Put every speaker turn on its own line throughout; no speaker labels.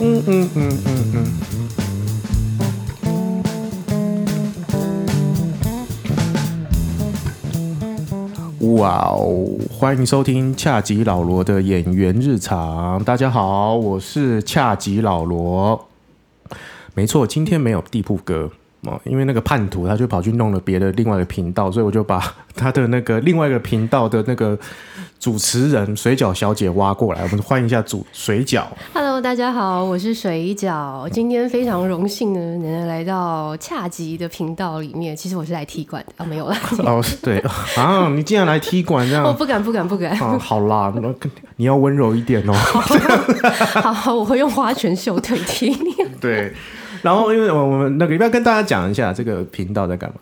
嗯嗯嗯嗯。哇哦！欢迎收听恰吉老罗的演员日常。大家好，我是恰吉老罗。没错，今天没有地铺哥哦，因为那个叛徒他就跑去弄了别的另外一个频道，所以我就把他的那个另外一个频道的那个主持人水饺小姐挖过来，我们欢迎一下主水饺。
Hello，大家好，我是水饺。今天非常荣幸呢，能来到恰吉的频道里面。其实我是来踢馆的，啊，没有啦，
哦，对啊，你竟然来踢馆这
我
样。
不敢，不敢，不 敢。
啊，好啦，那你要温柔一点哦。
好好，我会用花拳绣腿踢你。
对，然后因为我我们那个要不要跟大家讲一下这个频道在干嘛？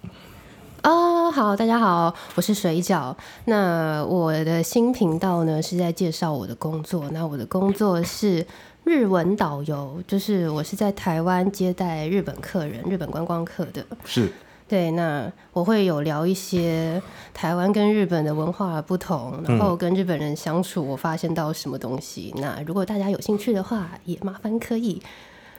哦，好，大家好，我是水饺。那我的新频道呢是在介绍我的工作。那我的工作是日文导游，就是我是在台湾接待日本客人、日本观光客的。
是
对，那我会有聊一些台湾跟日本的文化不同，然
嗯
后跟日本人相处，我发现到什么东西。那如果大家有兴趣的话，也麻烦可以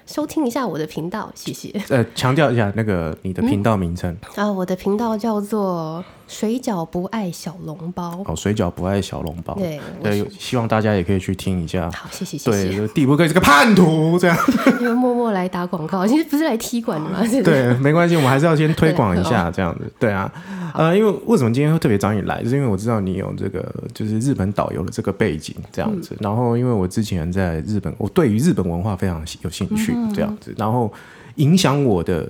收听一下我的频道，谢谢。
呃，强调一下那个你的频道名称、
啊，我的频道叫做“水饺不爱小笼包
哦，水饺不爱小笼包。
对
对，希望大家也可以去听一下”。。
好，谢谢谢谢，
对，第五个是个叛徒，这样
因为默默来打广告，其实不是来踢馆的嘛，是 不是
对，没关系，我们还是要先推广一下，这样子，对啊，呃，因为为什么今天会特别找你来，就是因为我知道你有这个就是日本导游的这个背景，这样子，然后因为我之前在日本，我对于日本文化非常有兴趣，这样子，然后影响我的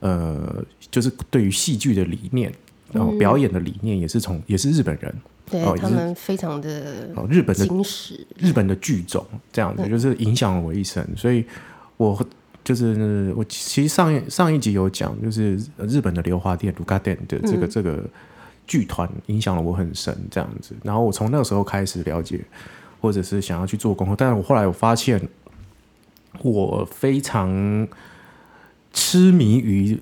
呃，就是对于戏剧的理念，然后表演的理念也是从也是日本人
对
哦
他
就是
们非常的
哦，日本的
矜持。
日本的剧种这样子，就是影响了我一生，所以我就是我其实上一上一集有讲，就是日本的硫化店、卢卡店的这个、这个剧团影响了我很深，这样子。然后我从那个时候开始了解，或者是想要去做功课，但是我后来我发现，我非常痴迷于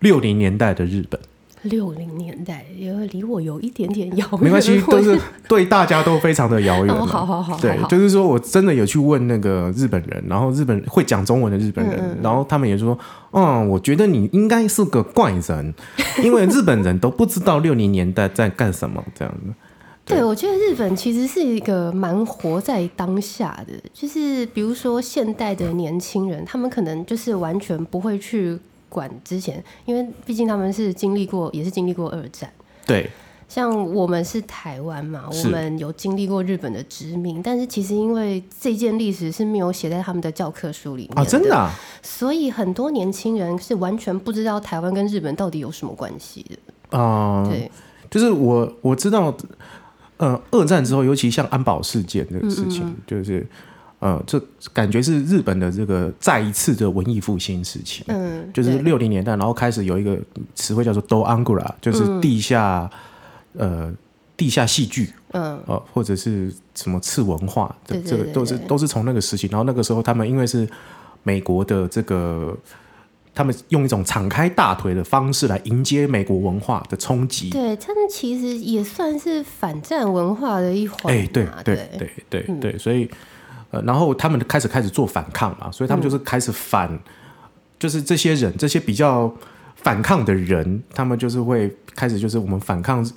六零年代的日本。
六零年代，因为离我有一点点遥远，
没关系，
我
都是对大家都非常的遥远嘛。啊
哦好好好
对
好，好
就是说我真的有去问那个日本人，然后日本会讲中文的日本人，
嗯
然后他们也说，嗯，我觉得你应该是个怪人，因为日本人都不知道六零年代在干什么这样子。对
对，我觉得日本其实是一个蛮活在当下的，就是比如说现代的年轻人，他们可能就是完全不会去管之前，因为毕竟他们是经历过，也是经历过二战。
对，
像我们是台湾嘛，
是
我们有经历过日本的殖民，但是其实因为这件历史是没有写在他们的教科书里面
啊，真的、啊，
所以很多年轻人是完全不知道台湾跟日本到底有什么关系的。
啊、
对，
就是我我知道，呃，二战之后，尤其像安保事件这个事情，
嗯
就是呃，这感觉是日本的这个再一次的文艺复兴时期。
嗯，
就是
对
六零年代，然后开始有一个词汇叫做 “do angura”，就是地下、呃地下戏剧，
嗯，
呃或者是什么次文化，这
对对
这个
对
都是
对
都是从那个时期。然后那个时候他们因为是美国的这个，他们用一种敞开大腿的方式来迎接美国文化的冲击。
对，他们其实也算是反战文化的一环嘛。啊
哎，对
对
对对对对，所以呃，然后他们开始开始做反抗嘛，所以他们就是开始反，就是这些人，这些比较反抗的人，他们就是会开始就是我们反抗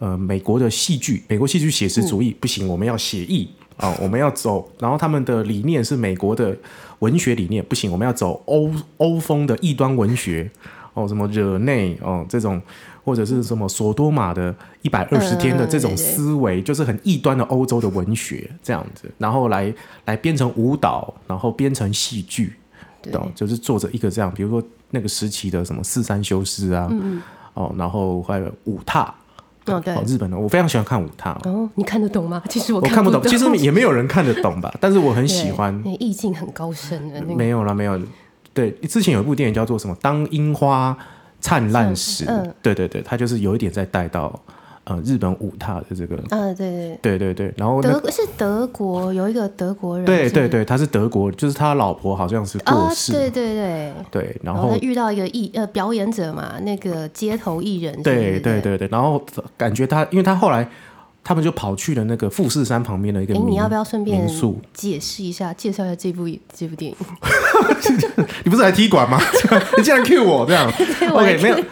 呃美国的戏剧，美国戏剧写实主
嗯
义、不行，我们要写意啊、我们要走，然后他们的理念是美国的文学理念，不行，我们要走欧欧风的异端文学。哦，什么惹内哦，这种或者是什么索多玛的一百二十天的这
嗯
种
对对
思维，就是很异端的欧洲的文学这样子，然后来来编成舞蹈，然后编成戏剧，
对
懂？就是做着一个这样，比如说那个时期的什么四三修斯啊，哦，然后还有舞踏，
嗯哦对
哦，日本的我非常喜欢看舞踏，
哦，你看得懂吗？其实我
我看
不
不懂，其实也没有人看得懂吧，但是我很喜欢。
对意境很高深的那个。
没有啦，没有。对，之前有一部电影叫做什么《当樱花灿烂时》，
嗯
对对对，它就是有一点在带到呃日本舞踏的这个，
啊，对
对对对。然后
对，
那
德是德国有一个德国人，
对
是不
对
是
对，他是德国，就是他老婆好像是过
啊，
世，
对对对。哦
对，然
然后
后
他遇到一个艺呃表演者嘛，那个街头艺人，是不
对
是
对对对，然后感觉他，因为他后来他们就跑去了那个富士山旁边的一个
哎，
民
你要不要顺便
民宿？
解释一下，介绍一下这部这部电影？
你不是来踢馆吗？ 你竟然 cue 我这样
我来
？OK，没有，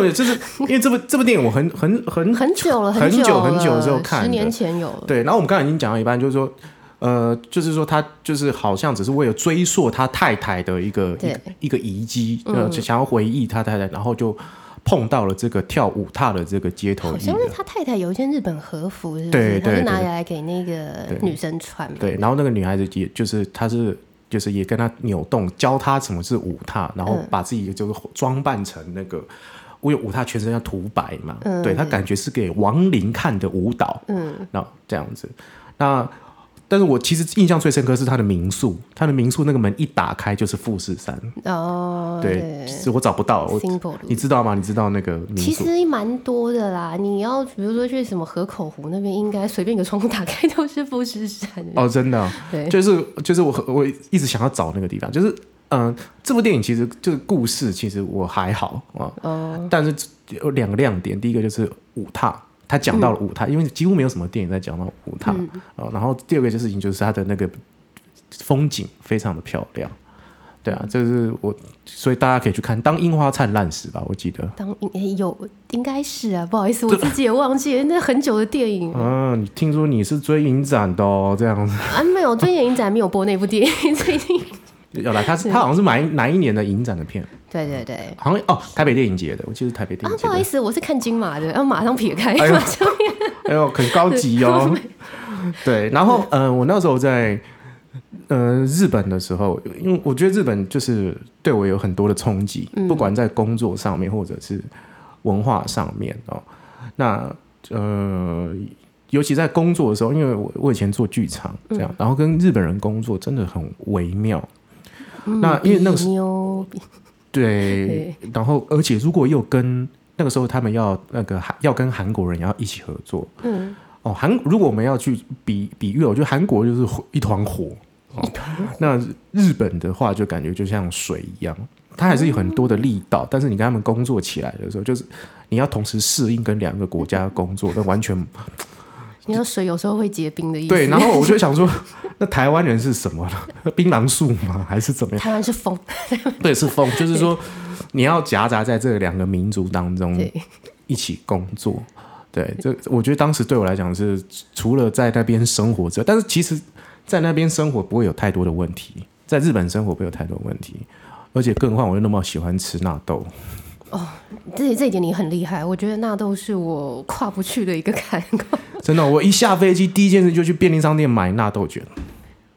没有，就是因为这部这部电影我很很很
很久了，
很久
久
很久
了
之后看
十
的
年前有了。
对，然后我们刚才已经讲到一半，就是说，呃，就是说他就是好像只是为了追溯他太太的一个一
对嗯
个一个遗迹，呃，就想要回忆他太太，然后就碰到了这个跳舞踏的这个街头
好
艺
像
人
是。他太太有一件日本和服，是不是？
对
他
对
就拿
对
来给那个
对
女生穿嘛。
对，然后那个女孩子也就是她是就是也跟她扭动，教她什么是舞踏，然
嗯
后把自己就是装扮成那个。因为舞踏全身要涂白嘛，
嗯
对她感觉是给亡灵看的舞蹈，嗯，那这样子，那但是我其实印象最深刻是她的民宿，她的民宿那个门一打开就是富士山，
哦，
对，是我找不到，我
symbol
你知道吗？你知道那个
其
民宿？
实蛮多的啦。你要比如说去什么河口湖那边，应该随便一个窗户打开都是富士山。
哦，真的哦、
对，
就是就是我我一直想要找那个地方，就是嗯、呃这部电影其实就是故事，其实我还好啊，
哦，
但是有两个亮点，第一个就是舞踏，他讲到了
嗯
舞踏，因为几乎没有什么电影在讲到舞踏啊、然后第二个事情就是它的那个风景非常的漂亮，对啊，这是我，所以大家可以去看《当樱花灿烂时》吧，我记得。
当应诶有应该是啊，不好意思，我自己也忘记了那很久的电影
嗯，你听说你是追影展的哦，这样子。
啊，没有，最近影展没有播那部电影，最近。
有啦，他是他好像是哪一哪一年的影展的片，
对对对。
好像哦，台北电影节的，我记得是台北电
啊
影，节
不
的。
好意思，我是看金马的，然后马上撇开，
哎呦
马上撇
哎呦，很高级哦。 对，然后呃，我那时候在呃日本的时候，因为我觉得日本就是对我有很多的冲击，不管在工作上面或者是文化上面哦。那呃，尤其在工作的时候，因为我我以前做剧场这样，然后跟日本人工作真的很微妙。那啊因为那个时
比妞比
对，然后而且如果又跟那个时候他们要那个韩要跟韩国人要一起合作，
嗯，
哦，韩如果我们要去比比喻哦，我觉得韩国就是火一团火，哦、那日本的话就感觉就像水一样，它还是有很多的力道，但是你跟他们工作起来的时候，就是你要同时适应跟两个国家工作，那完 全
你说水有时候会结冰的意思。
对。然后我就想说，那台湾人是什么呢？ 槟榔树吗？还是怎么样？
台湾是风，
对，是风，就是说你要夹杂在这两个民族当中
对，
一起工作。对，这我觉得当时对我来讲是除了在那边生活之外，但是其实，在那边生活不会有太多的问题，在日本生活不会有太多问题，而且更何况我又那么喜欢吃纳豆，
这这一点你很厉害，我觉得纳豆是我跨不去的一个坎。
真的，我一下飞机第一件事就去便利商店买纳豆卷。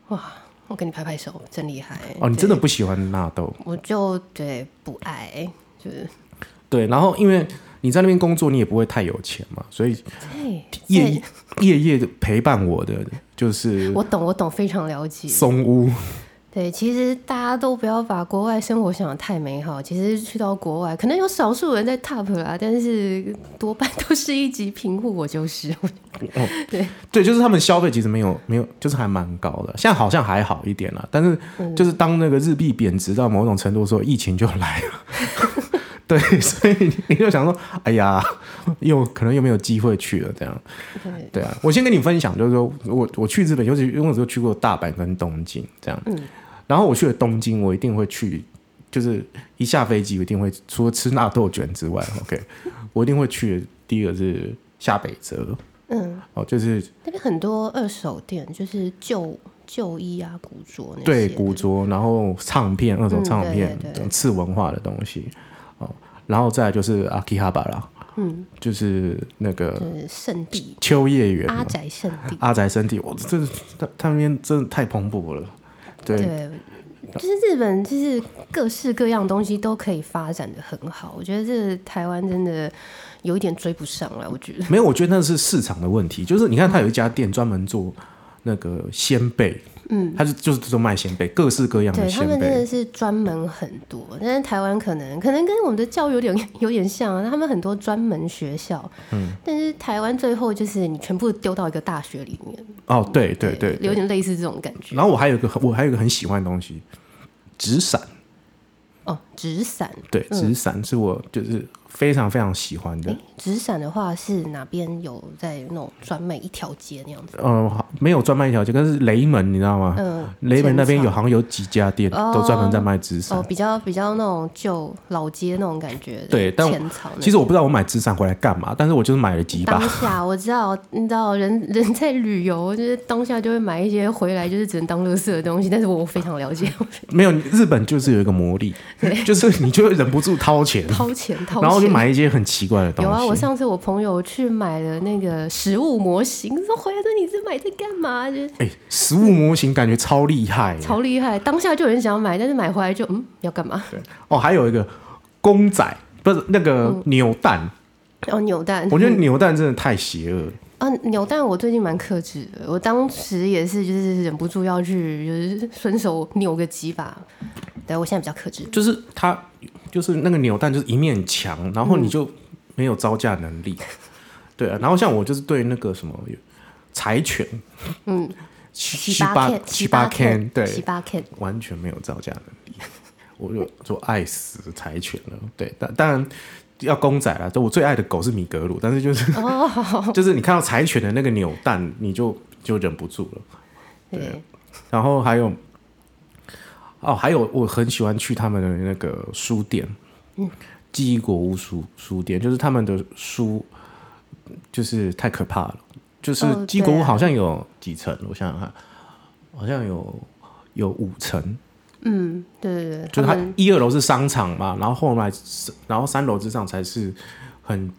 哇，我给你拍拍手，真厉害。
哦，你真的
对？
不喜欢纳豆？
我就对不爱，就是
对，然后因为你在那边工作，你也不会太有钱嘛，所以
对
夜夜夜夜的陪伴我的就是
对我懂，我懂，非常了解。
松屋。
对，其实大家都不要把国外生活想得太美好。其实去到国外，可能有少数人在 top 啦，但是多半都是一级贫户。我就是，
对，就是他们消费其实没有没有，就是还蛮高的。现在好像还好一点了，但是
嗯
就是当那个日币贬值到某种程度的时候，疫情就来了。 对，所以你就想说，哎呀，又可能又没有机会去了这样。
对，
对啊，我先跟你分享，就是说我我去日本，尤其因为我只有去过大阪跟东京这
嗯
样。然后我去了东京，我一定会去，就是一下飞机我一定会，除了吃纳豆卷之外，OK，我一定会去的。第一个是下北泽，
嗯，
哦，就是
那边很多二手店，就是旧旧衣啊、古着那些。
对古着，然后唱片、二手
嗯
唱
对
片、
对
这种次文化的东西哦，然后再来就是阿基哈巴啦，
嗯，
就是那个
就是圣地
秋叶原
阿
嘛、
宅圣地。
阿宅身体，我这他他那边真的太蓬勃了，对
对，就是日本，就是各式各样东西都可以发展的很好。我觉得这台湾真的有一点追不上了，我觉得。
没有，我觉得那是市场的问题，就是你看他有一家店专门做那个鲜贝，嗯，他就就是做卖鲜贝，各式各样的
对他
鲜
们真
贝
的。是专门很多，但是台湾可能可能跟我们的教育有点 有点像、啊，他们很多专门学校，嗯，但是台湾最后就是你全部丢到一个大学里面，
哦，对对对
有
对。
点类似这种感觉。
然后我还有一个很我还有一个很喜欢的东西，纸伞。
哦，纸伞，
对，纸伞是我就是非常非常喜欢的。
纸伞的话是哪边有在那种专门一条街那样子？
呃，好没有专卖一条街，但是雷门你知道吗？
嗯，
雷门那边有
浅草
好像有几家店
哦
都专门在卖纸伞
哦，。比较比较那种旧老街那种感觉的。
对但我
浅草那边。
其实我不知道我买纸伞回来干嘛，但是我就是买了几把
当。下我知道，你知道人 人在旅游，就是当下就会买一些回来就是只能当垃圾的东西，但是我非常 了解，
没有，日本就是有一个魔力，就是你就会忍不住掏 钱，
掏钱掏钱。
然后就买一些很奇怪的东
有啊，我
西。
上次我朋友去买了那个实物模型，说回来说你是买这干嘛？就是
哎、实物模型感觉超厉害耶
超厉害，当下就很想买，但是买回来就嗯要干嘛？
哦，还有一个公仔，不是那
嗯
个扭蛋，
然后扭蛋，
我觉得扭蛋真的太邪恶了。
啊，扭蛋我最近蛮克制的，我当时也是就是忍不住要去就是 顺手扭个几把，对我现在比较克制。
就是它就是那个扭蛋就是一面墙，然后
嗯
你就没有招架能力。对啊，然后像我就是对那个什么柴犬，嗯，七
七八 K，
七八 K，
七
对，
八 K，
完全没有招架能力， 我就就爱死柴犬了。对，但当然。要公仔啦，但我最爱的狗是米格鲁，但是就是、
哦
就是你看到柴犬的那个扭蛋，你就就忍不住了。
对，
然后还有，哦，还有我很喜欢去他们的那个书店，
嗯
记忆国屋书书店，就是他们的书就是太可怕了，就是
哦
记忆国
对
屋
啊
好像有几层，我想想看，好像有有五层，
嗯，对对对，
就是
他
它
们
一二楼是商场嘛，然后后来是然后三楼之上才是很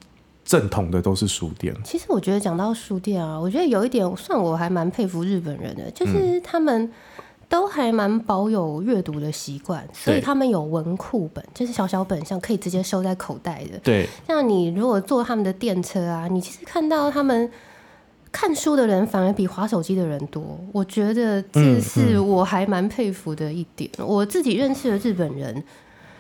正统的都是书店，
其实我觉得讲到书店啊，我觉得有一点算我还蛮佩服日本人的，就是
嗯
他们都还蛮保有阅读的习惯，所以
对
他们有文库本，就是小小本像可以直接收在口袋的。
对，
像你如果坐他们的电车啊，你其实看到他们看书的人反而比划手机的人多，我觉得这
嗯
是我还蛮佩服的一点。我自己认识的日本人，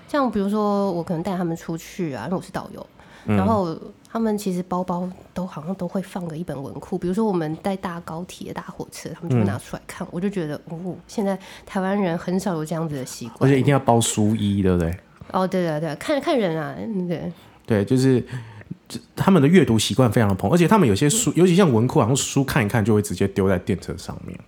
像比如说我可能带他们出去啊，因为我是导游，
嗯
然后他们其实包包都好像都会放个一本文库，比如说我们在搭高铁、搭火车，他们就会拿出来
嗯
看，我就觉得哦，现在台湾人很少有这样子的习
而
惯
且。一定要包书衣，对不对？
哦，对对对，看看人啊，嗯对，
对，就是这他们的阅读习惯非常的蓬，而且他们有些书，尤其像文库，好像书看一看就会直接丢在电车上面。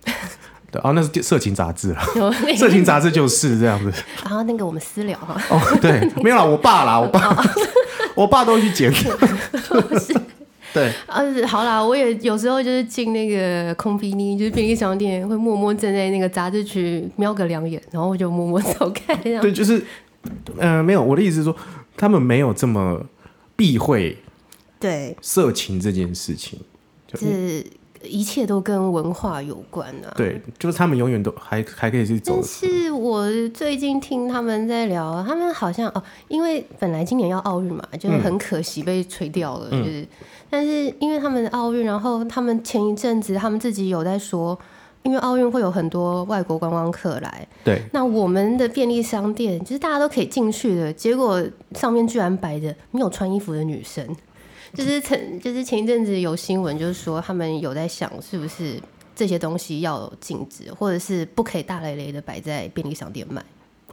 对，哦，那是色情杂志啊，
有哦那
色
个
情杂志就是这样子。
啊，那个我们私聊哈。
哦，对，没有啦，我爸啦，我爸， 我爸都去捡。对，
呃，好啦，我也有时候就是进那个空逼尼，就是便利商店，会默默站在那个杂志区瞄个两眼，然后我就默默走开这样。
对，就是，呃，没有，我的意思是说，他们没有这么避讳
对，
色情这件事情。
是一切都跟文化有关啊。
对，就是他们永远都还还可以去走
但。是我最近听他们在聊，他们好像哦，因为本来今年要奥运嘛，就是很可惜被吹掉了，
嗯
就是。但是因为他们的奥运，然后他们前一阵子他们自己有在说，因为奥运会有很多外国观光客来，
对，
那我们的便利商店就是大家都可以进去的，结果上面居然摆着没有穿衣服的女生，就是前就是前一阵子有新闻，就是说他们有在想是不是这些东西要禁止，或者是不可以大咧咧的摆在便利商店卖。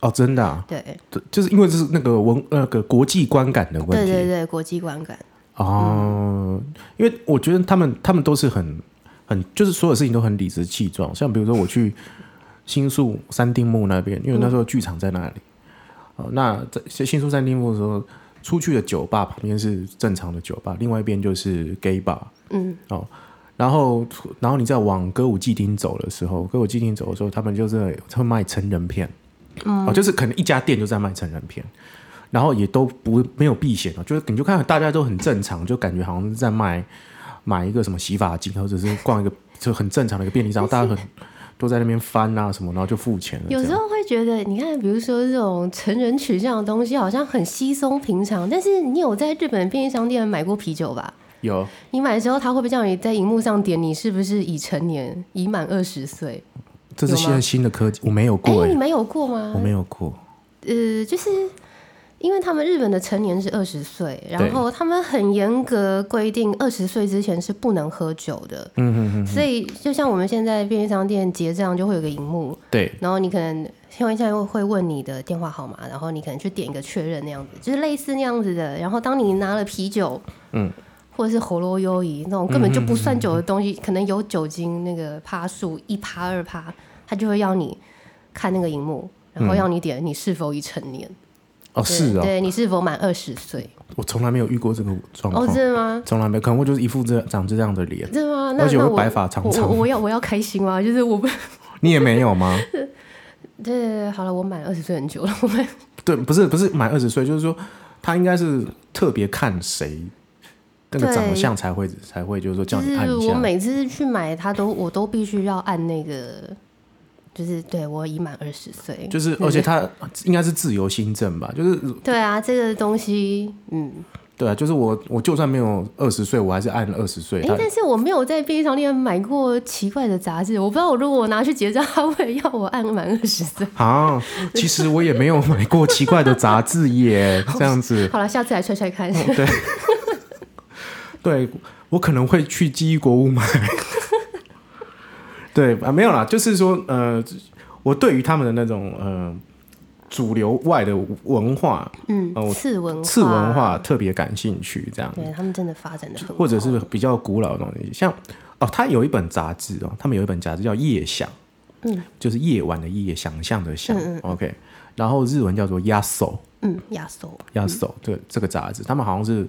哦，真的、啊，
对
对就是因为这是那个文呃那个国际观感的问
对
题。
对对，国际观感。
哦，因为我觉得他们他们都是很很就是所有事情都很理直气壮，像比如说我去新宿三丁目那边，因为那时候剧场在那里，哦，那在新宿三丁目的时候，出去的酒吧旁边是正常的酒吧，另外一边就是 gay bar，
嗯，
哦。然后，然后你再往歌舞伎町走的时候，歌舞伎町走的时候，他们就是会卖成人片，
嗯
哦，就是可能一家店就在卖成人片，然后也都不没有避险哦，就是你就看大家都很正常，就感觉好像是在卖买一个什么洗发精，或者是逛一个就很正常的一个便利商店，大家很都在那边翻啊什么，然后就付钱了。
有
这
时
样
候会觉得，你看，比如说这种成人取向的东西，好像很稀松平常。但是你有在日本便利商店买过啤酒吧？
有
你买的时候，他会不会叫你在荧幕上点你是不是已成年、已满二十岁？
这是
有
现在
吗
新的科技，我没有
哎、
过哎、
你们有过吗
我？没有过，
呃，就是因为他们日本的成年是二十岁，然后他们很严格规定二十岁之前是不能喝酒的。
嗯
嗯嗯嗯。所以就像我们现在便利商店结账就会有个荧幕，
对
然后你可能新闻现在会问你的电话号码，然后你可能去点一个确认那样子，就是类似那样子的。然后当你拿了啤酒，
嗯，
或者是喉咙优怡那种根本就不算酒的东西，可能有酒精那个趴数一趴二趴，他就会要你看那个荧幕，然后要你点你是否已成年，
哦，
对
是哦，
对你是否满二十岁？
我从来没有遇过这个状
哦，
况，
真的吗？
从来没有，可能我就是一副这长这样的脸，
真的吗？那
而且
那
我
我
白发苍
我
苍
我我要我要开心吗？就是我不
你也没有吗？
这好了，我满二十岁很久了，我们
对，不是不是满二十岁，就是说他应该是特别看谁那个长
对
相才会才会就是说叫
就
你按
是
一
我
下。
每次去买它都我都必须要按那个，就是对我已满二十岁，
就是，而且他应该是自由新政吧？就是，
对啊，这个东西，嗯，
对啊，就是我，我就算没有二十岁，我还是按二十岁。
哎、
他
但是我没有在便利商店买过奇怪的杂志，我不知道我如果我拿去结账，他会要我按满二十岁。
啊，其实我也没有买过奇怪的杂志 耶，这样子。
好了，下次来踹踹看。
哦对我可能会去记忆国物买。 对啊，没有啦，就是说，呃，我对于他们的那种呃主流外的文化、
嗯
哦，我
次文化，
次文，化特别感兴趣，这样
对他们真的发展的很好，
或者是比较古老的东西，像哦，他有一本杂志哦，他们有一本杂志叫《夜想》，
嗯，
就是夜晚的夜，想象的想、
嗯
o k 然后日文叫做 Yaso
嗯，亚索，
Yaso、这这个杂志，他们好像是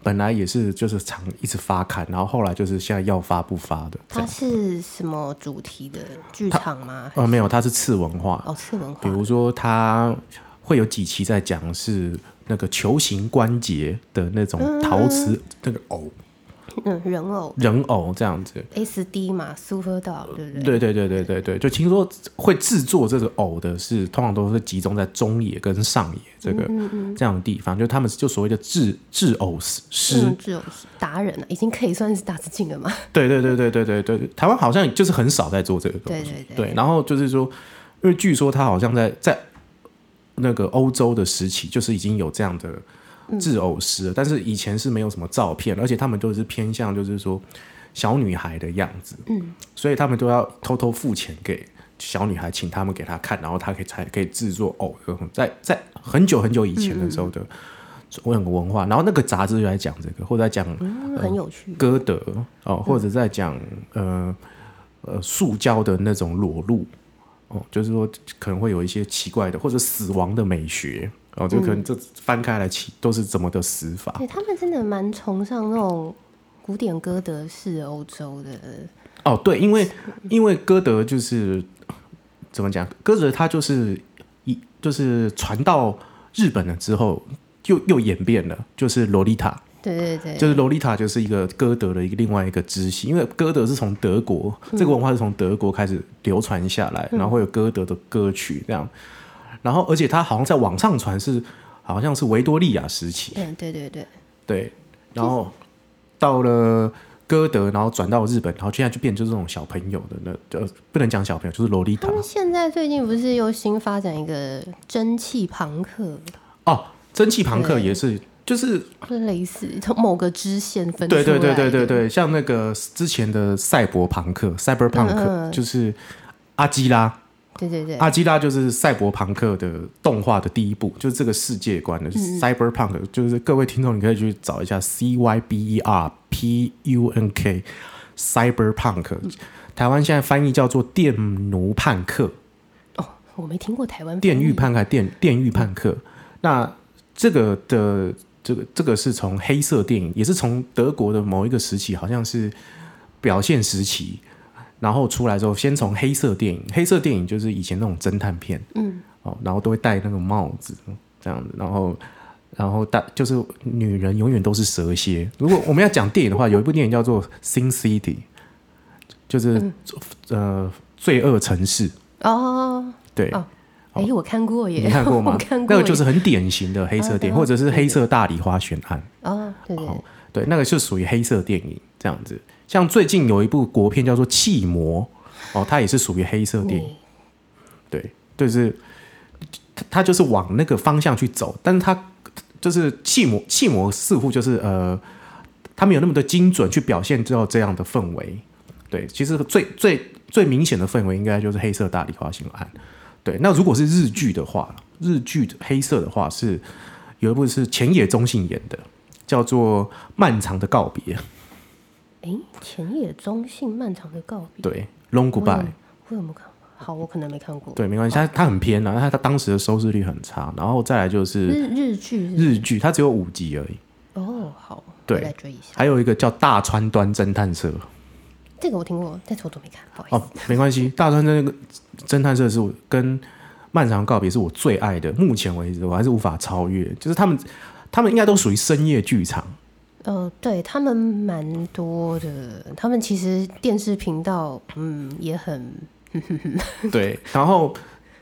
本来也是就是常一直发刊，然后后来就是现在要发不发的这
它
样。
是什么主题的剧场吗？
呃，没有，它是次文化，
哦，次文
比
化，
如说它会有几期在讲是那个球形关节的那种陶瓷、那个偶
嗯，人偶
人偶这样子，
S D 嘛，Super Dog，对不对？
对对对对对对，就听说会制作这个偶的是，通常都是集中在中野跟上野这
嗯
个、这样的地方，就他们就所谓的制制偶师师，
嗯，这种达人、啊、已经可以算是大致敬了嘛？
对对对对对对对，台湾好像就是很少在做这个东西，
对对
对然后就是说，因为据说他好像在在那个欧洲的时期，就是已经有这样的制偶师了，但是以前是没有什么照片，而且他们都是偏向就是说小女孩的样子，
嗯，
所以他们都要偷偷付钱给小女孩，请他们给她看，然后她可以才可以制作偶这种，在在很久很久以前的时候的。我有个文化，然后那个杂志就在讲这个，或者在讲
嗯，很有趣。
歌德哦，或者在讲呃呃塑胶的那种裸露哦，就是说可能会有一些奇怪的或者死亡的美学哦，就可能这翻开来起都是怎么的死法
对他们真的蛮崇尚那种古典歌德式欧洲的，
哦，对，因为因为歌德就是怎么讲，歌德他就是一就是传到日本了之后。又又演变了，就是《洛丽塔》，
对对对，
就是《洛丽塔》就是一个歌德的一个另外一个支系，因为歌德是从德国、
嗯
这个文化是从德国开始流传下来，然后会有歌德的歌曲这样，然后而且他好像在网上传是好像是维多利亚时期，
嗯，对对对，
对，然后到了歌德，然后转到日本，然后现在就变成就是这种小朋友的那呃不能讲小朋友，就是《洛丽塔
他》们现在最近不是又新发展一个蒸汽朋克，
哦，蒸汽朋克
对
也是，就是
就是类似从某个支线分出
对
来
对对对对
的，
对，像那个之前的赛博朋克 （cyberpunk）、
嗯嗯
就是阿基拉。
对对对，
阿基拉就是赛博朋克的动画的第一部，就是这个世界观的、cyberpunk，就是各位听众你可以去找一下 C Y B E R P U N K cyberpunk，、台湾现在翻译叫做电奴叛客、
哦，我没听过台湾
电狱
翻译
叛客、电电狱叛客。那这个的这个这个是从黑色电影，也是从德国的某一个时期，好像是表现时期。然后出来之后，先从黑色电影，黑色电影就是以前那种侦探片，
嗯，
哦，然后都会戴那个帽子这样子，然后然后戴就是女人永远都是蛇蝎。如果我们要讲电影的话，有一部电影叫做《Sin City》，就是、
嗯
呃罪恶城市，
哦，
对。
哦哎，我看过耶，
你看过吗？
我看过耶，
那个就是很典型的黑色电影，
哦
或者是黑色大理花悬案。
哦，对对对，
对，那个是属于黑色电影这样子。像最近有一部国片叫做《气魔》，哦，它也是属于黑色电影。
你
对，就是他他就是往那个方向去走，但是他就是气魔气魔似乎就是呃，他没有那么的精准去表现到这样的氛围。对，其实最最最明显的氛围应该就是黑色大理花心案。对，那如果是日剧的话，日剧的黑色的话是有一部是前野忠信演的，叫做《漫长的告别》。
哎，前野中信漫长的告别，
对，Long
我有
Goodbye。
我有没有看？好，我可能没看过。
对，没关系，它它很偏啊，它它当时的收视率很差。然后再来就是
日日剧是不是
日剧，它只有五集而已。
哦，好，
对
我来追一下。
还有一个叫《大川端侦探社》
这个我听过，但是我都没看，不好意思。
哦，没关系，《大川侦侦探社》是我跟《漫长告别》是我最爱的，目前为止我还是无法超越。就是他们，他们应该都属于深夜剧场。
呃，对他们蛮多的，他们其实电视频道，嗯，也很
对，然后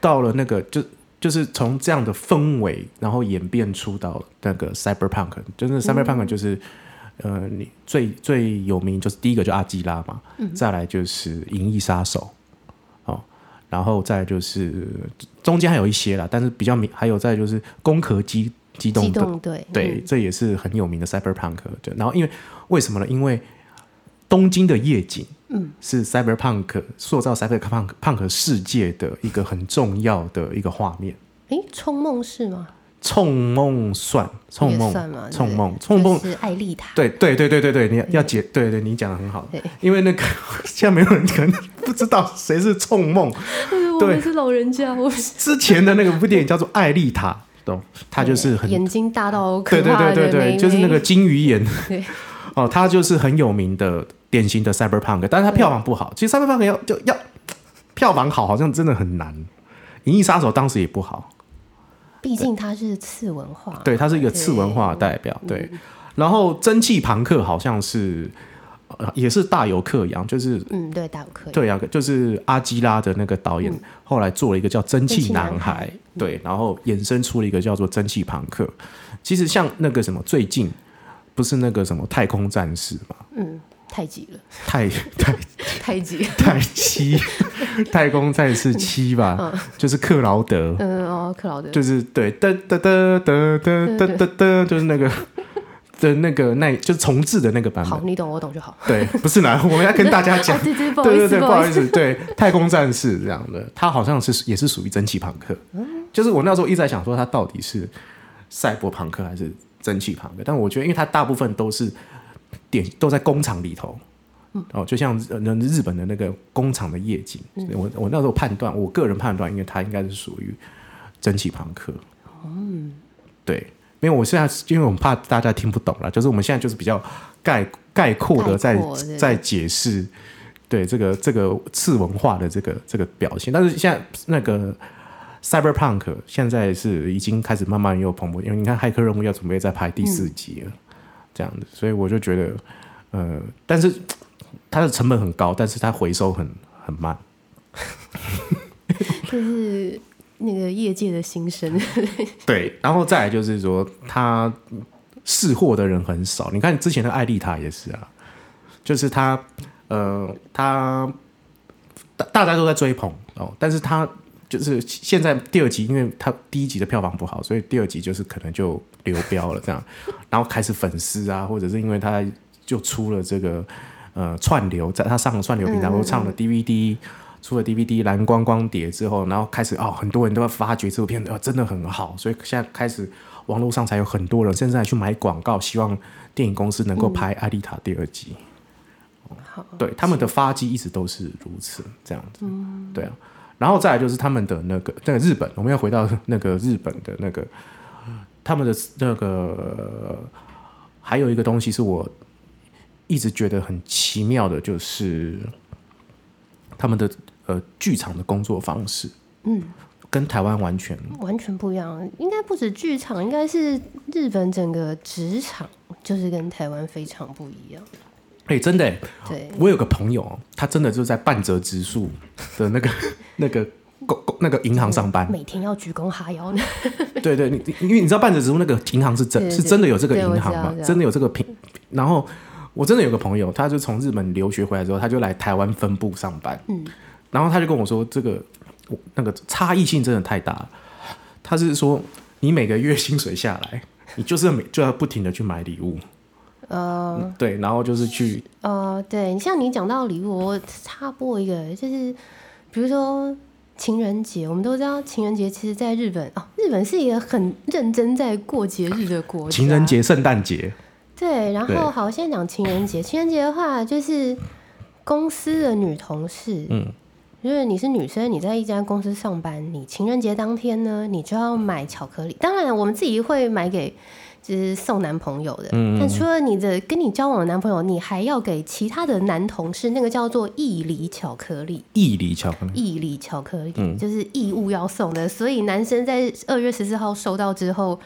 到了那个就就是从这样的氛围，然后演变出到那个 cyberpunk，就是 cyberpunk 就是、呃，你最最有名就是第一个就阿基拉嘛，再来就是银翼杀手，哦，然后再来就是中间还有一些啦，但是比较明，还有再就是攻壳机机动
激
的，
动，对嗯
对，这也是很有名的 cyberpunk 对。然后因为为什么呢？因为东京的夜景，嗯，是 cyberpunk 塑造 cyberpunk punk 世界的一个很重要的一个画面。
哎，诶冲梦是吗？
冲梦算，冲
也算嘛
梦，
对
冲梦，冲梦，
就是艾丽塔，
对对对对对对，你要解，对对，你讲的很好
对，
因为那个 现在没有人可能不知道谁是冲梦，
我
对
们是老人家，我
之前的那个部电影叫做《艾丽塔》，懂？它就是很
眼睛大到可
对对
怕
对
的，
对对，
没
就是那个
没
金鱼眼
对。
哦，它就是很有名的典型的 cyberpunk，但是它票房不
嗯
好。其实 cyberpunk 要就要票房好，好像真的很难。《银翼杀手》当时也不好，
毕竟它是次文化，
对，它是一个次文化的代表，
嗯
对。然后《蒸汽朋克》好像是、呃也是大有克洋，就是
对，嗯，对，大有可以，嗯
对啊，就是阿基拉的那个导演，后来做了一个叫《蒸
蒸
汽
汽
男孩》
男孩嗯
对，然后衍生出了一个叫做《蒸汽朋克》。其实像那个什么，最近不是那个什么《太空战士》嘛，
嗯，太极了，
太太
太极，
太七，太空战士七吧， 就是克劳德，
嗯，哦，克劳德，
就是 对，噔噔噔噔噔噔噔噔，就是那个 的那个那，就是重置的那个版
好，
本。
你懂我懂就好，
对，不是啦，我们要跟大家讲
啊，，对对，不好
对
意
对
思，
对，
不
不
好
好
意
意
思，
思，对，太空战士这样的，它好像是也是属于蒸汽朋克，
嗯
就是我那时候一直在想说它到底是赛博朋克还是蒸汽朋克，但我觉得因为它大部分都是点都在工厂里头。哦，就像呃那日本的那个工厂的夜景，
嗯
我我那时候判断，我个人判断，因为它应该是属于蒸汽朋克。嗯，
哦
对，因为我现在因为我们怕大家听不懂了，就是我们现在就是比较概概括的在
概括对
在解释对这个这个次文化的这个这个表现，但是现在那个 cyberpunk 现在是已经开始慢慢又蓬勃，因为你看《骇客任务》要准备再拍第
嗯
四集了，这样子，所以我就觉得，呃，但是它的成本很高，但是它回收很很慢，
就是那个业界的心声，
对，然后再来就是说，它试货的人很少。你看之前的艾丽塔也是啊，就是他呃，他大大家都在追捧哦，但是他就是现在第二集，因为他第一集的票房不好，所以第二集就是可能就流标了这样，然后开始粉丝啊，或者是因为他就出了这个呃串流，在他上了串流平台，或上了 DVD。出了 DVD 蓝光光碟之后，然后开始哦，很多人都在发掘这部片，哦，真的很好，所以现在开始网络上才有很多人，甚至还去买广告，希望电影公司能够拍《艾丽塔》第二集。
好，
对，他们的发迹一直都是如此这样子，对啊。然后再来就是他们的那个那个日本，我们要回到那个日本的那个他们的那个还有一个东西是我一直觉得很奇妙的，就是他们的呃剧场的工作方式，嗯，跟台湾完全
完全不一样，应该不止剧场，应该是日本整个职场，就是跟台湾非常不一样。
哎、真的欸、
对，
我有个朋友哦，他真的就在半折指数的那个 那个公公那个银行上班，
每天要鞠躬哈腰呢。
对对，你你因为你知道半泽直树那个银行是真
对对
是真的有这个
对我
银
知
行
道
嘛
知，道
真的有这个平。然后我真的有个朋友，他就从日本留学回来之后，他就来台湾分部上班，嗯，然后他就跟我说，这个我那个差异性真的太大了。他是说，你每个月薪水下来， 你就是每就要不停的去买礼物，嗯
呃
对，然后就是去
呃，对，像你讲到礼物，我插播一个，就是比如说情人节，我们都知道情人节其实在日本哦，日本是一个很认真在过节日的国家。
情人节、圣诞节，
对，然
对
后好，先讲情人节。情人节的话，就是公司的女同事，
嗯，
就是你是女生，你在一家公司上班，你情人节当天呢，你就要买巧克力。当然，我们自己会买给就是送男朋友的，
嗯
但除了你的跟你交往的男朋友，你还要给其他的男同事，那个叫做义理巧克力。
义理巧克力，
义理巧克力，
嗯
就是义务要送的，所以男生在二月十四号收到之后，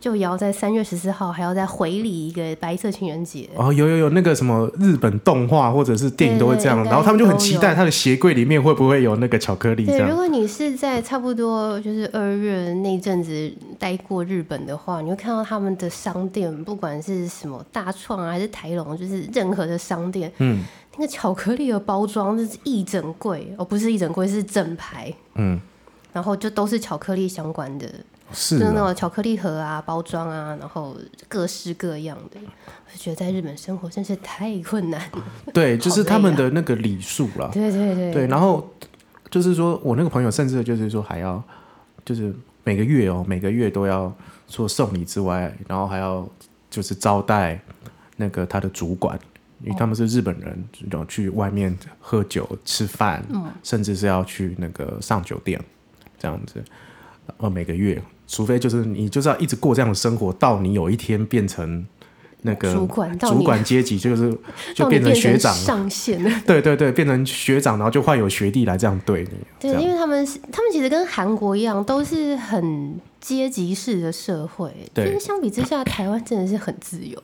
就也要在三月十四号还要再回礼一个白色情人节。
哦，有有有，那个什么日本动画或者是电影都会这样，
对对
然后他们就很
应该
期待
都有
他的鞋柜里面会不会有那个巧克力这
对，如
样。
果你是在差不多就是二月那阵子待过日本的话，你会看到他们的商店，不管是什么大创啊还是台龙，就是任何的商店，
嗯
那个巧克力的包装就是一整柜，哦，不是一整柜，是整排，
嗯，
然后就都是巧克力相关的。
是
就是那
啊，
种巧克力盒啊、包装啊，然后各式各样的。我就觉得在日本生活真是太困难 了。
对，就是
好累
他们
啊
的那个礼数啦。
对对对
对，然后就是说我那个朋友，甚至就是说还要，就是每个月哦，每个月都要除了送礼之外，然后还要就是招待那个他的主管，因为他们是日本人，然后去外面喝酒吃饭，
嗯
甚至是要去那个上酒店这样子，呃，每个月，除非就是你就是要一直过这样的生活，到你有一天变成。那个
主管到你
主管阶级就是就
到你
变成学长，
上线 了。
对对对，变成学长，然后就换有学弟来这样对你。
对，
这样
因为他们是他们其实跟韩国一样，都是很阶级式的社会。
对
就是相比之下，台湾真的是很自 由。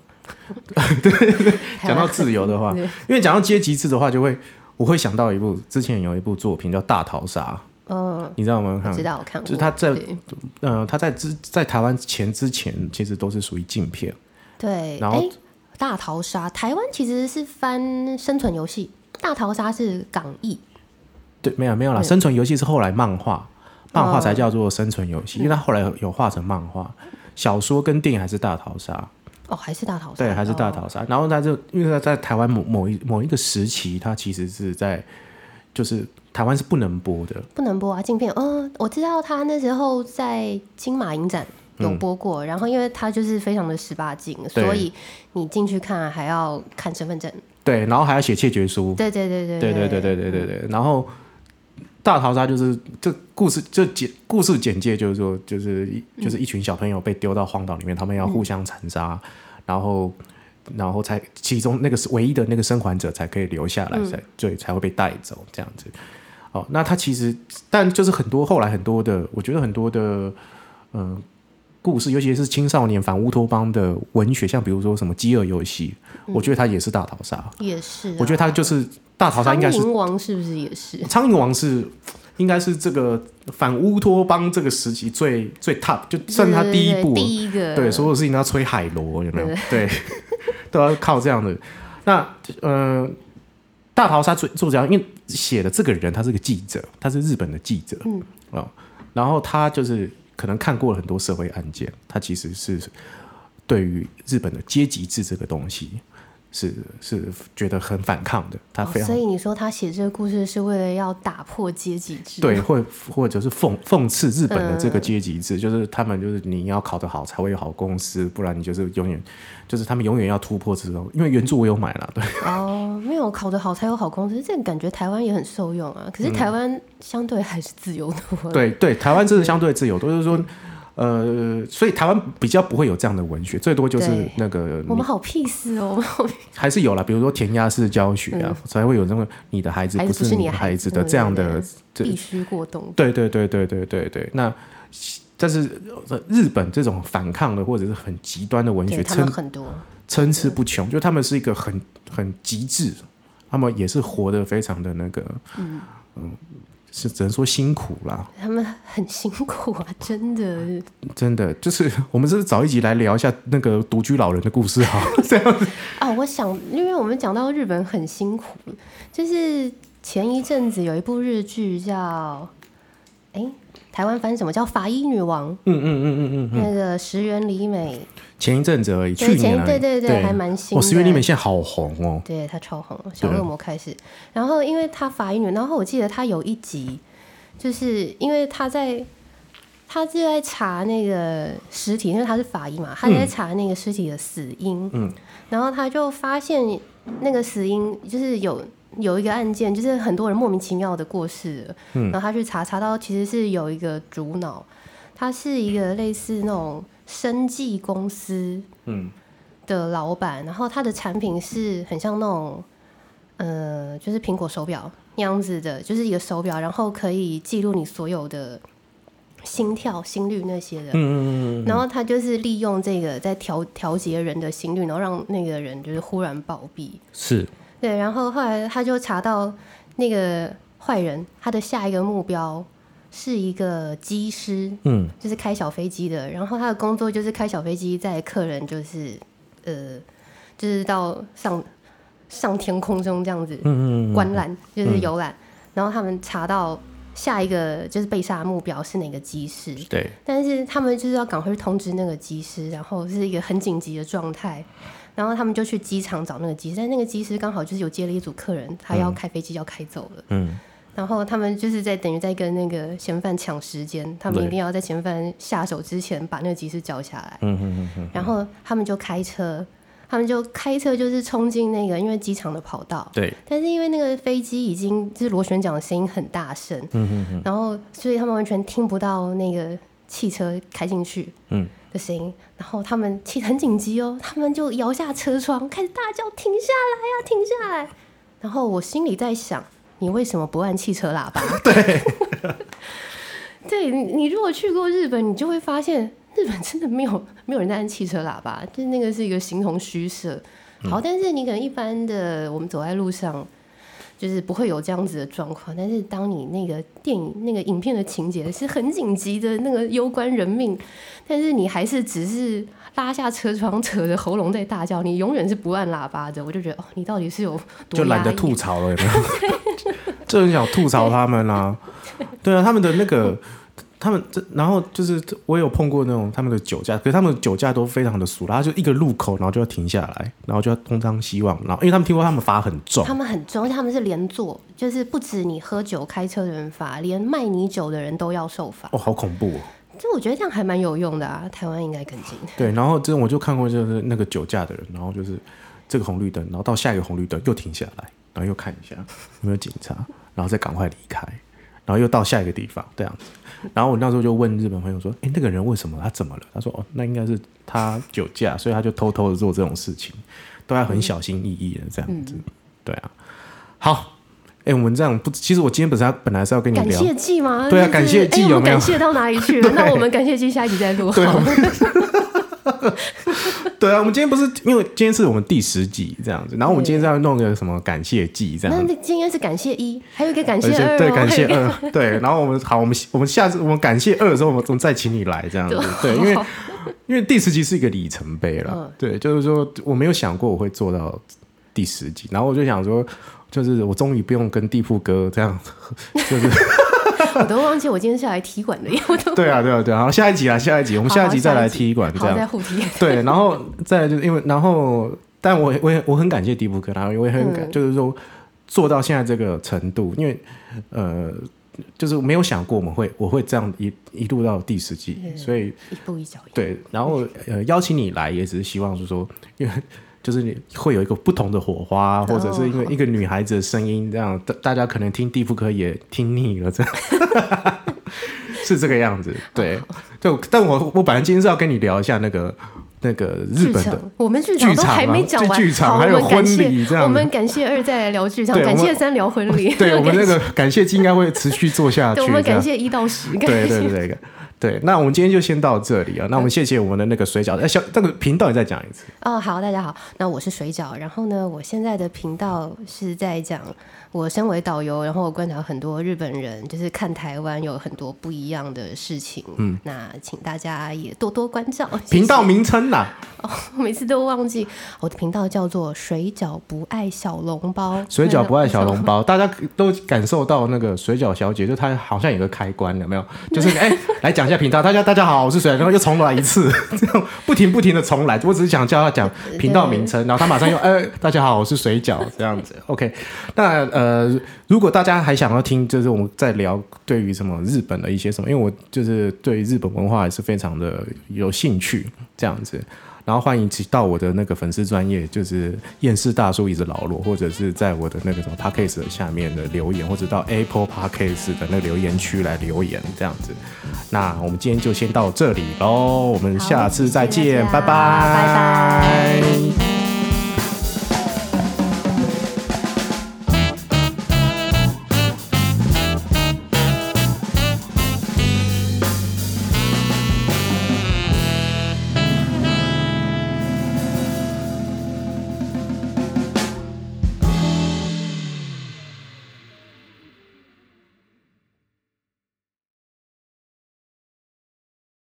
对
讲到自由的话，
对
因为讲到阶级制的话，就会我会想到一部之前有一部作品叫《大逃杀
嗯》，，
你知道吗？
我知道我看过，
就是他在
对
呃，他在之在台湾前之前，其实都是属于禁片。
对，
然后
诶大逃杀，台湾其实是翻生存游戏，大逃杀是港译。
对，没有没有啦，
对哦
生存游戏是后来漫画，漫画才叫做生存游戏，因为他后来有有画成漫画。小说跟电影还是大逃杀，
哦，还是大逃杀，
对，还是大逃杀。然后他就因为他在台湾某某一某一个时期，他其实是在就是台湾是不能播的，
不能播啊，禁片。嗯、我知道他那时候在金马影展有播过，然后因为他就是非常的十八禁，
嗯对
所以你进去看还要看身份证。
对，然后还要写切结书，
对对对对
对嗯对对对对对对。然后大逃杀就是这故事这简故事简介就是说，就是一就是一群小朋友被丢到荒岛里面，他们要互相残杀，然后然后才其中那个是唯一的那个生还者才可以留下来，才对才会被带走这样子。哦，那他其实但就是很多后来很多的，我觉得很多的嗯。故事，尤其是青少年反乌托邦的文学，像比如说什么《饥饿游戏》，我觉得它也嗯是大逃杀。
也是啊、
我觉得他就是大逃杀，应该是
苍蝇王是不是也是？
苍蝇王是应该是这个反乌托邦这个时期最最 top，就算是他第一
对对对
部了。
第一个，
对，所有事情都要吹海螺，有没有？对， 都要靠这样的。那呃，大逃杀作作家因为写的这个人，他是个记者，他是日本的记者，嗯，哦，然后他就是可能看过了很多社会案件，他其实是对于日本的阶级制这个东西是是觉得很反抗的，他非
哦、
常
所以你说他写这个故事是为了要打破阶级制？
对，或或者是讽讽刺日本的这个
嗯
阶级制，就是他们就是你要考得好才会有好公司，不然你就是永远就是他们永远要突破之后，因为原著我有买了，对，
哦，没有考得好才有好公司，这个感觉台湾也很受用啊。可是台湾相对还是自由 多了。
嗯对对，台湾真的相对自由，都是说。呃，所以台湾比较不会有这样的文学，最多就是
对
那个
我们好 peace 哦，我们好
还是有啦，比如说填鸭式教学啊，才会有那么你的孩子
嗯孩子
不
不
是
是
你
你
的
的
孩
孩
子
子嗯
的这样
对对
的这
必须过冬。
对对对对对对对。那但是呃日本这种反抗的或者是很极端的文
对
学，
他
撑
们很多，
参差不穷，就他们是一个很很极致，他们也是活得非常的那个，嗯是只能说辛苦啦，
他们很辛苦啊， 真的。
真的就是我们是不是早一集来聊一下那个独居老人的故事啊好？这样
哦，我想，因为我们讲到日本很辛苦，就是前一阵子有一部日剧叫，哎，台湾翻什么叫《法医女王》？嗯嗯嗯嗯嗯，那个石原里美，
前一阵子而已，
对
去
前
年而已哦
对对对还蛮新
我
的
石原里美现在好红哦，
对他超红，小恶魔开始。然后因为他法医女，然后我记得他有一集就是因为他在他就在查那个尸体，因为他是法医嘛，他在查那个尸体的死因，
嗯，
然后他就发现那个死因就是有。有一个案件，就是很多人莫名其妙的过世了，
嗯
然后他去查，查到其实是有一个主脑，他是一个类似那种生技公司
嗯
的老板，然后他的产品是很像那种，呃，就是苹果手表那样子的，就是一个手表，然后可以记录你所有的心跳、心率那些的。
嗯嗯嗯嗯
然后他就是利用这个在调调节人的心率，然后让那个人就是忽然暴毙。
是
对，然后后来他就查到那个坏人，他的下一个目标是一个机师，
嗯
就是开小飞机的，然后他的工作就是开小飞机载客人，就是呃，就是到上上天空中这样子
嗯嗯
观览，就是游览。然后他们查到下一个就是被杀的目标是哪个机师，
对
但是他们就是要赶快去通知那个机师，然后是一个很紧急的状态。然后他们就去机场找那个机师，但那个机师刚好就是有接了一组客人，他要开飞机要开走了。
嗯
然后他们就是在等于在跟那个嫌犯抢时间，他们
对
一定要在嫌犯下手之前把那个集市交下来。
嗯嗯嗯嗯
然后他们就开车，他们就开车就是冲进那个因为机场的跑道，
对
但是因为那个飞机已经就是螺旋桨的声音很大声，
嗯嗯嗯
然后所以他们完全听不到那个汽车开进去
嗯
的声音。然后他们其实很紧急哦，他们就摇下车窗，开始大叫：“停下来呀、停下来！”然后我心里在想，你为什么不按汽车喇叭？对，对你，你如果去过日本，你就会发现日本真的没有没有人在按汽车喇叭，就是那个是一个形同虚设。
嗯
好，但是你可能一般的，我们走在路上，就是不会有这样子的状况。但是当你那个电影、那个影片的情节是很紧急的，那个攸关人命，但是你还是只是拉下车窗，扯着喉咙在大叫，你永远是不按喇叭的。我就觉得，哦，你到底是有多
就懒得
压抑啊
吐槽了，有没 有 就很想吐槽他们啦、对啊，他们的那个，他们这，然后就是我有碰过那种他们的酒驾，可是他们的酒驾都非常的俗啦，他就一个路口，然后就要停下来，然后就要东张西望，然后因为他们听说他们罚很重
他，们很重，而且他们是连坐，就是不止你喝酒开车的人罚，连卖你酒的人都要受罚。
哦，好恐怖哦。
这我觉得这样还蛮有用的啊，台湾应该跟进。
对，然后这我就看过，就是那个酒驾的人，然后就是这个红绿灯，然后到下一个红绿灯又停下来，然后又看一下有没有警察，然后再赶快离开，然后又到下一个地方这样子。然后我那时候就问日本朋友说：“哎，那个人为什么他怎么了？”他说：“哦，那应该是他酒驾，所以他就偷偷的做这种事情，都要很小心翼翼的这样子。
嗯
对啊，好，哎，我们这样不，其实我今天本来本来是要跟你
感
聊，
谢季吗？
对啊
就是
感谢季
哎我
有
们
没有
感谢到哪里 去了？那我们感谢季下一集再录好
对
了。
对啊，我们今天不是因为今天是我们第十集这样子，然后我们今天是要弄个什么感谢季这样
那
子。
那今天是感谢一，还有一个感谢
而且
二、哦，
啊对，感谢哎
还有一个
二，对，然后我们好，我们我们下次我们感谢二的时候，我们我们再请你来这样子，对，因为 因为第十集是一个里程碑了，
嗯
对，就是说我没有想过我会做到第十集，然后我就想说，就是我终于不用跟地铺哥这 样，就是
我都忘记我今天是来踢馆的，因为我都
对啊，对啊，对啊，好，下一集啊，下一集，我
我
们下一集再来踢馆这
好
样
再，互踢。
对，然后再来就是因为，然后，但我也我也我很感谢迪布科，然后我也很感，
嗯
就是说做到现在这个程度，因为呃，就是没有想过我们会我会这样一一路到第十季，所以
一步一脚印。
对，然后呃邀请你来也只是希望是说，因为就是你会有一个不同的火
哦
花，或者是因为一个女孩子的声音这样，大大家可能听蒂芙科也听腻了，这样 是这个样子。对，
哦
就但我我本来今天是要跟你聊一下那个那个日
剧
本
场
的，，
我们剧
剧
场都
场
还没
啊
讲完，
剧场
好
还有
我们感谢
婚礼这样
我们感谢二再来聊剧场，
对
感
我
谢
们
三聊婚礼，
对我们那
感谢
个感谢季应该会持续做下去。
对，我们
这样
感谢一到十，感
对
谢
对对对对，那我们今天就先到这里啊。那我们谢谢我们的那个水饺，哎，小那个频道你再讲一次。
哦，好，大家好，那我是水饺，然后呢，我现在的频道是在讲我身为导游，然后我观察很多日本人，就是看台湾有很多不一样的事情，嗯，那请大家也多多关照。谢谢
频道名称呐、
我每次都忘记，我的频道叫做“水饺不爱小笼包”，
水饺不爱小笼包， 大家都感受到那个水饺小姐，就她好像有个开关，有没有？就是哎、来讲一一下频道，大家大家好，我是水，然后又重来一次， 这样不停不停的重来。我只是想叫他讲频道名称，然后他马上又呃，大家好，我是水饺这样子。OK，那呃，如果大家还想要听，就是我们在聊对于什么日本的一些什么，因为我就是对日本文化还是非常的有兴趣这样子。然后欢迎到我的那个粉丝专业，就是厌世大叔一直老罗，或者是在我的那个什么 podcast 下面的留言，或者到 Apple podcast 的那个留言区来留言这样子。那我们今天就先到这里喽，我们下次再见，
好谢谢
拜
大家拜拜